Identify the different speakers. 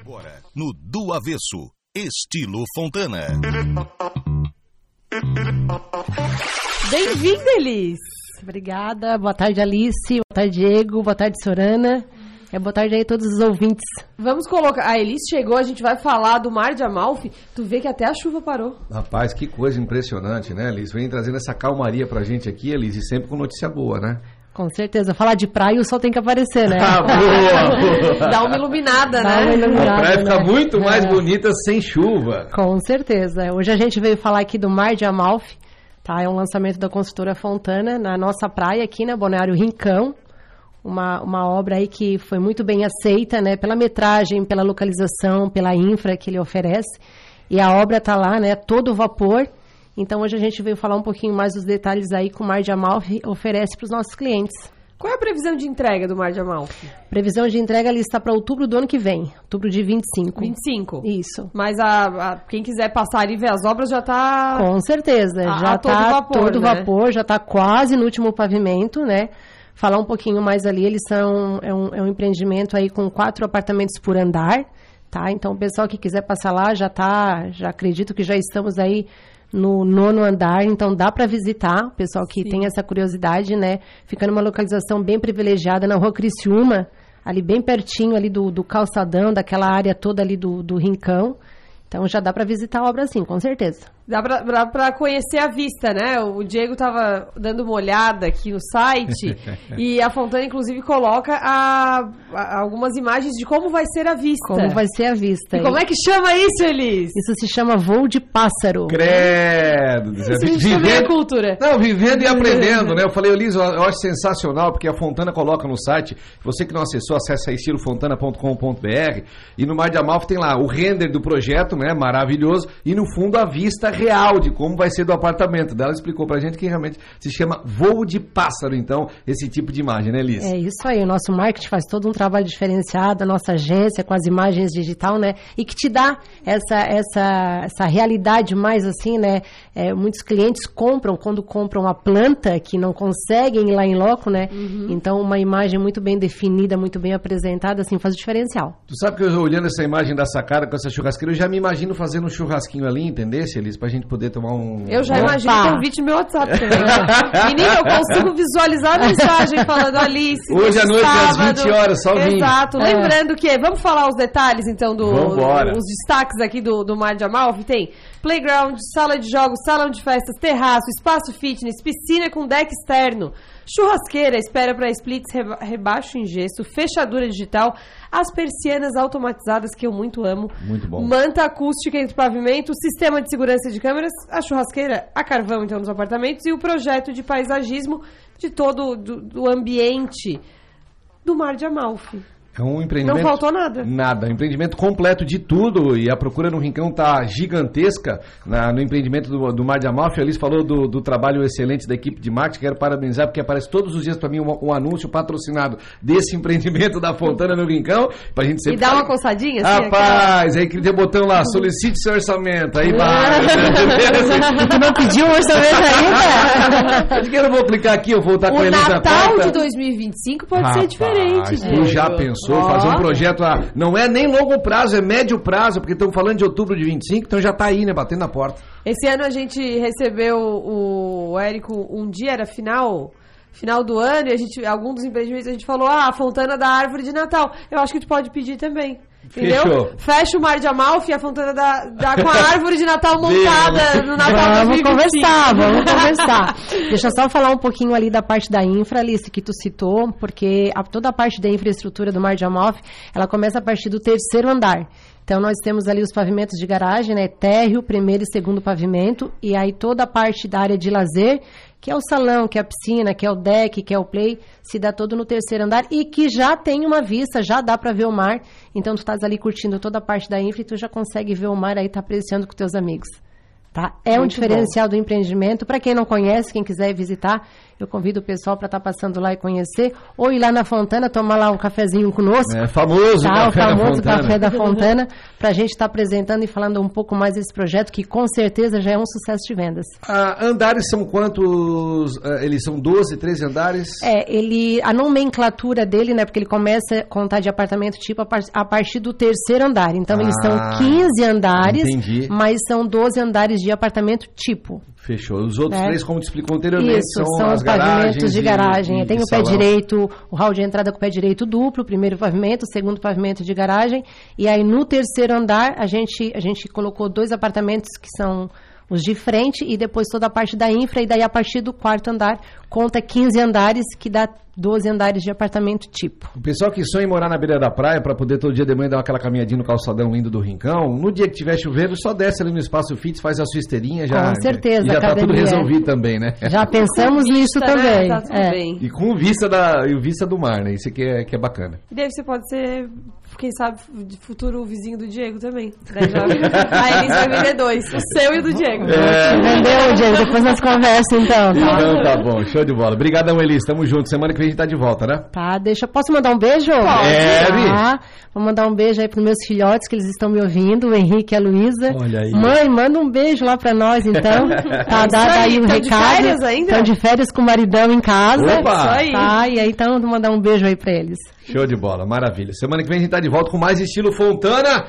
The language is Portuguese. Speaker 1: Agora, no Do Avesso, estilo Fontana.
Speaker 2: Bem-vinda, Elis! Obrigada. Boa tarde, Alice. Boa tarde, Diego. Boa tarde, Sorana. É boa tarde aí a todos os ouvintes.
Speaker 3: Vamos colocar. A Elis chegou, a gente vai falar do Mar de Amalfi. Tu vê que até a chuva parou.
Speaker 4: Rapaz, que coisa impressionante, né, Elis? Vem trazendo essa calmaria pra gente aqui, Elis, e sempre com notícia boa, né?
Speaker 2: Com certeza. Falar de praia, o sol tem que aparecer, né?
Speaker 4: Ah, boa, boa.
Speaker 3: Dá uma iluminada,
Speaker 2: Dá uma
Speaker 3: né?
Speaker 2: iluminada,
Speaker 4: A praia fica
Speaker 2: né?
Speaker 4: muito mais
Speaker 2: É.
Speaker 4: bonita sem chuva.
Speaker 2: Com certeza. Hoje a gente veio falar aqui do Mar de Amalfi, tá? É um lançamento da construtora Fontana na nossa praia aqui na Bonário Rincão. Uma, uma obra aí que foi muito bem aceita, né? Pela metragem, pela localização, pela infra que ele oferece. E a obra tá lá, né? Todo vapor. Então hoje a gente veio falar um pouquinho mais dos detalhes aí que o Mar de Amalfi oferece para os nossos clientes.
Speaker 3: Qual é a previsão de entrega do Mar de Amalfi?
Speaker 2: Previsão de entrega ali está para outubro do ano que vem, outubro de 25.
Speaker 3: 25.
Speaker 2: Isso.
Speaker 3: Mas a, a- quem quiser passar ali e ver as obras já tá.
Speaker 2: Com certeza,
Speaker 3: A-
Speaker 2: já
Speaker 3: a todo
Speaker 2: está
Speaker 3: vapor,
Speaker 2: todo
Speaker 3: né?
Speaker 2: vapor, já está quase no último pavimento, né? Falar um pouquinho mais ali, eles são é um, é um empreendimento aí com quatro apartamentos por andar, tá? Então o pessoal que quiser passar lá já tá, já acredito que já estamos aí no nono andar, então dá para visitar, o pessoal que tem essa curiosidade, né? Fica numa localização bem privilegiada na Rua Criciúma, ali bem pertinho ali do, do calçadão, daquela área toda ali do, do rincão. Então já dá para visitar a obra sim, com certeza.
Speaker 3: Dá pra, pra- pra conhecer a vista, né? O Diego tava dando uma olhada aqui no site e a Fontana, inclusive, coloca a- a- algumas imagens de como vai ser a vista.
Speaker 2: Como vai ser a vista?
Speaker 3: É. E como é que chama isso, Elis?
Speaker 2: Isso se chama voo de pássaro.
Speaker 4: Credo.
Speaker 3: Isso a gente chama de cultura.
Speaker 4: Não, vivendo e aprendendo, né? Eu falei, Elis, eu, eu acho sensacional, porque a Fontana coloca no site, você que não acessou, acessa aí estilofontana.com.br e no Mar de Amalfi tem lá o render do projeto, né? Maravilhoso, e no fundo a vista real de como vai ser do apartamento. Daí Ela explicou pra gente que realmente se chama voo de pássaro, então, esse tipo de imagem, né, Elis?
Speaker 2: É isso aí, o nosso marketing faz todo um trabalho diferenciado, a nossa agência com as imagens digital, né? E que te dá essa, essa, essa realidade mais assim, né? É, muitos clientes compram, quando compram a planta, que não conseguem ir lá em loco, né?
Speaker 3: Uhum.
Speaker 2: Então, uma imagem muito bem definida, muito bem apresentada, assim, faz o diferencial.
Speaker 4: Tu sabe que eu olhando essa imagem da sacada com essa churrasqueira, eu já me imagino fazendo um churrasquinho ali, entendesse, Elis? Pra gente poder tomar um...
Speaker 3: Eu já
Speaker 4: né?
Speaker 3: imagino
Speaker 2: Opa.
Speaker 3: convite no meu WhatsApp também. né? Menina, eu consigo visualizar a mensagem falando Alice.
Speaker 4: Hoje à
Speaker 3: neste
Speaker 4: noite, às
Speaker 3: sábado."
Speaker 4: 20 horas, só vim.
Speaker 3: Exato.
Speaker 2: É.
Speaker 3: Lembrando que, vamos falar os detalhes então do,
Speaker 4: Vambora.
Speaker 3: os destaques aqui do, do Mar de Amalfi. Tem playground, sala de jogos, salão de festas, terraço, espaço fitness, piscina com deck externo, churrasqueira, espera para splits, reba- rebaixo em gesso, fechadura digital, as persianas automatizadas que eu muito amo.
Speaker 4: Muito bom.
Speaker 3: Manta acústica entre pavimento, sistema de segurança de câmeras, a churrasqueira a carvão, então, nos apartamentos e o projeto de paisagismo de todo do, do ambiente do Mar de Amalfi.
Speaker 4: É um empreendimento.
Speaker 3: Não faltou nada.
Speaker 4: Nada. Um Empreendimento completo de tudo. E a procura no Rincão tá gigantesca na- no empreendimento do, do Mar de Amalfi. A Alice falou do, do trabalho excelente da equipe de marketing. Quero parabenizar, porque aparece todos os dias para mim um, um anúncio patrocinado desse empreendimento da Fontana no Rincão. Pra gente
Speaker 3: E
Speaker 4: sempre.
Speaker 3: dá uma coçadinha, assim, aquela-
Speaker 4: Rapaz, aí que tem o botão lá, solicite seu orçamento. Aí vai.
Speaker 2: tu não pediu hoje também ainda?
Speaker 4: Eu digo, eu não vou clicar aqui, eu vou estar com
Speaker 3: O
Speaker 4: ele na
Speaker 3: Natal
Speaker 4: conta.
Speaker 3: de 2025 pode ser
Speaker 4: Rapaz,
Speaker 3: diferente,
Speaker 4: Tu
Speaker 2: É.
Speaker 3: Diego.
Speaker 4: já pensou
Speaker 3: Ó.
Speaker 4: fazer um projeto a, não é nem longo prazo, é médio prazo, porque estamos falando de outubro de 25, então já tá aí, né, batendo na porta.
Speaker 3: Esse ano a gente recebeu o Érico um dia, era final final do ano, e a gente, algum dos empreendimentos, a gente falou, ah, a Fontana da Árvore de Natal. Eu acho que tu pode pedir também. Entendeu?
Speaker 4: Fechou.
Speaker 3: Fecha o Mar de Amalfi e a Fontana da, da- com a árvore de Natal montada no Natal
Speaker 2: Vamos
Speaker 3: 2025.
Speaker 2: conversar, vamos conversar. Deixa eu só falar um pouquinho ali da parte da infra, Alice, que tu citou, porque a- toda a parte da infraestrutura do Mar de Amalfi, ela começa a partir do terceiro andar. Então, nós temos ali os pavimentos de garagem, né? Térreo, primeiro e segundo pavimento, e aí toda a parte da área de lazer, que é o salão, que é a piscina, que é o deck, que é o play, se dá todo no terceiro andar e que já tem uma vista, já dá pra ver o mar. Então, tu estás ali curtindo toda a parte da infra e tu já consegue ver o mar aí, tá apreciando com teus amigos. Tá? É um
Speaker 3: Muito
Speaker 2: diferencial do empreendimento. Para quem não conhece, quem quiser visitar, eu convido o pessoal para estar passando lá e conhecer. Ou ir lá na Fontana, tomar lá um cafezinho conosco.
Speaker 4: É famoso
Speaker 2: Tá, o
Speaker 4: café da
Speaker 2: famoso
Speaker 4: Fontana.
Speaker 2: Café da Fontana, para a gente estar apresentando e falando um pouco mais desse projeto, que com certeza já é um sucesso de vendas.
Speaker 4: Ah, andares são quantos? Ah, eles são 12, 13 andares?
Speaker 2: É, ele, a nomenclatura dele, né, porque ele começa a contar de apartamento tipo a, par- a partir do terceiro andar. Então, eles são
Speaker 4: Ah,
Speaker 2: 15 andares,
Speaker 4: entendi.
Speaker 2: mas são 12 andares de apartamento tipo.
Speaker 4: Fechou. Os outros
Speaker 2: Né?
Speaker 4: três, como te explicou anteriormente,
Speaker 2: Isso,
Speaker 4: são,
Speaker 2: são,
Speaker 4: as
Speaker 2: os pavimentos
Speaker 4: garagens
Speaker 2: de
Speaker 4: e-
Speaker 2: garagem.
Speaker 4: e-
Speaker 2: tem
Speaker 4: e
Speaker 2: o pé
Speaker 4: salão.
Speaker 2: direito, o hall de entrada com o pé direito duplo, o primeiro pavimento, o segundo pavimento de garagem. E aí no terceiro andar a gente, a gente colocou dois apartamentos que são os de frente e depois toda a parte da infra. E daí a partir do quarto andar conta 15 andares, que dá 12 andares de apartamento tipo.
Speaker 4: O pessoal que sonha em morar na beira da praia para poder todo dia de manhã dar aquela caminhadinha no calçadão indo do rincão, no dia que tiver chovendo, só desce ali no espaço fitness, faz a sua esteirinha já.
Speaker 2: Com certeza,
Speaker 4: E já tá tudo
Speaker 2: academia.
Speaker 4: resolvido também, né?
Speaker 2: Já pensamos nisso
Speaker 3: Tá, né?
Speaker 2: também.
Speaker 3: Tá tudo
Speaker 2: É.
Speaker 3: bem.
Speaker 4: E com vista, da, e vista do mar, né? Isso que é, que é bacana.
Speaker 3: E daí você pode ser, quem sabe, de futuro vizinho do Diego também. Daí já... Aí eles vão vender dois, o seu e o do Diego.
Speaker 2: É, Entendeu, Diego? Depois nós conversamos então. Tá?
Speaker 4: Então tá bom, show de bola. Obrigadão, Elis. Tamo junto. Semana que vem a gente tá de volta, né?
Speaker 2: Tá, deixa. Posso mandar um beijo?
Speaker 3: É,
Speaker 4: Deve.
Speaker 2: Tá. Vou mandar um beijo aí pros meus filhotes que eles estão me ouvindo, o Henrique e a Luísa.
Speaker 4: Olha aí.
Speaker 2: Mãe, manda um beijo lá pra nós, então. tá, dá daí
Speaker 3: aí,
Speaker 2: o
Speaker 3: tão de
Speaker 2: recado.
Speaker 3: férias ainda?
Speaker 2: Estão de férias com o maridão em casa.
Speaker 4: Opa!
Speaker 3: É, Isso aí.
Speaker 2: Tá, e aí então vou mandar um beijo aí pra eles.
Speaker 4: Show de bola, maravilha. Semana que vem a gente tá de volta com mais estilo Fontana.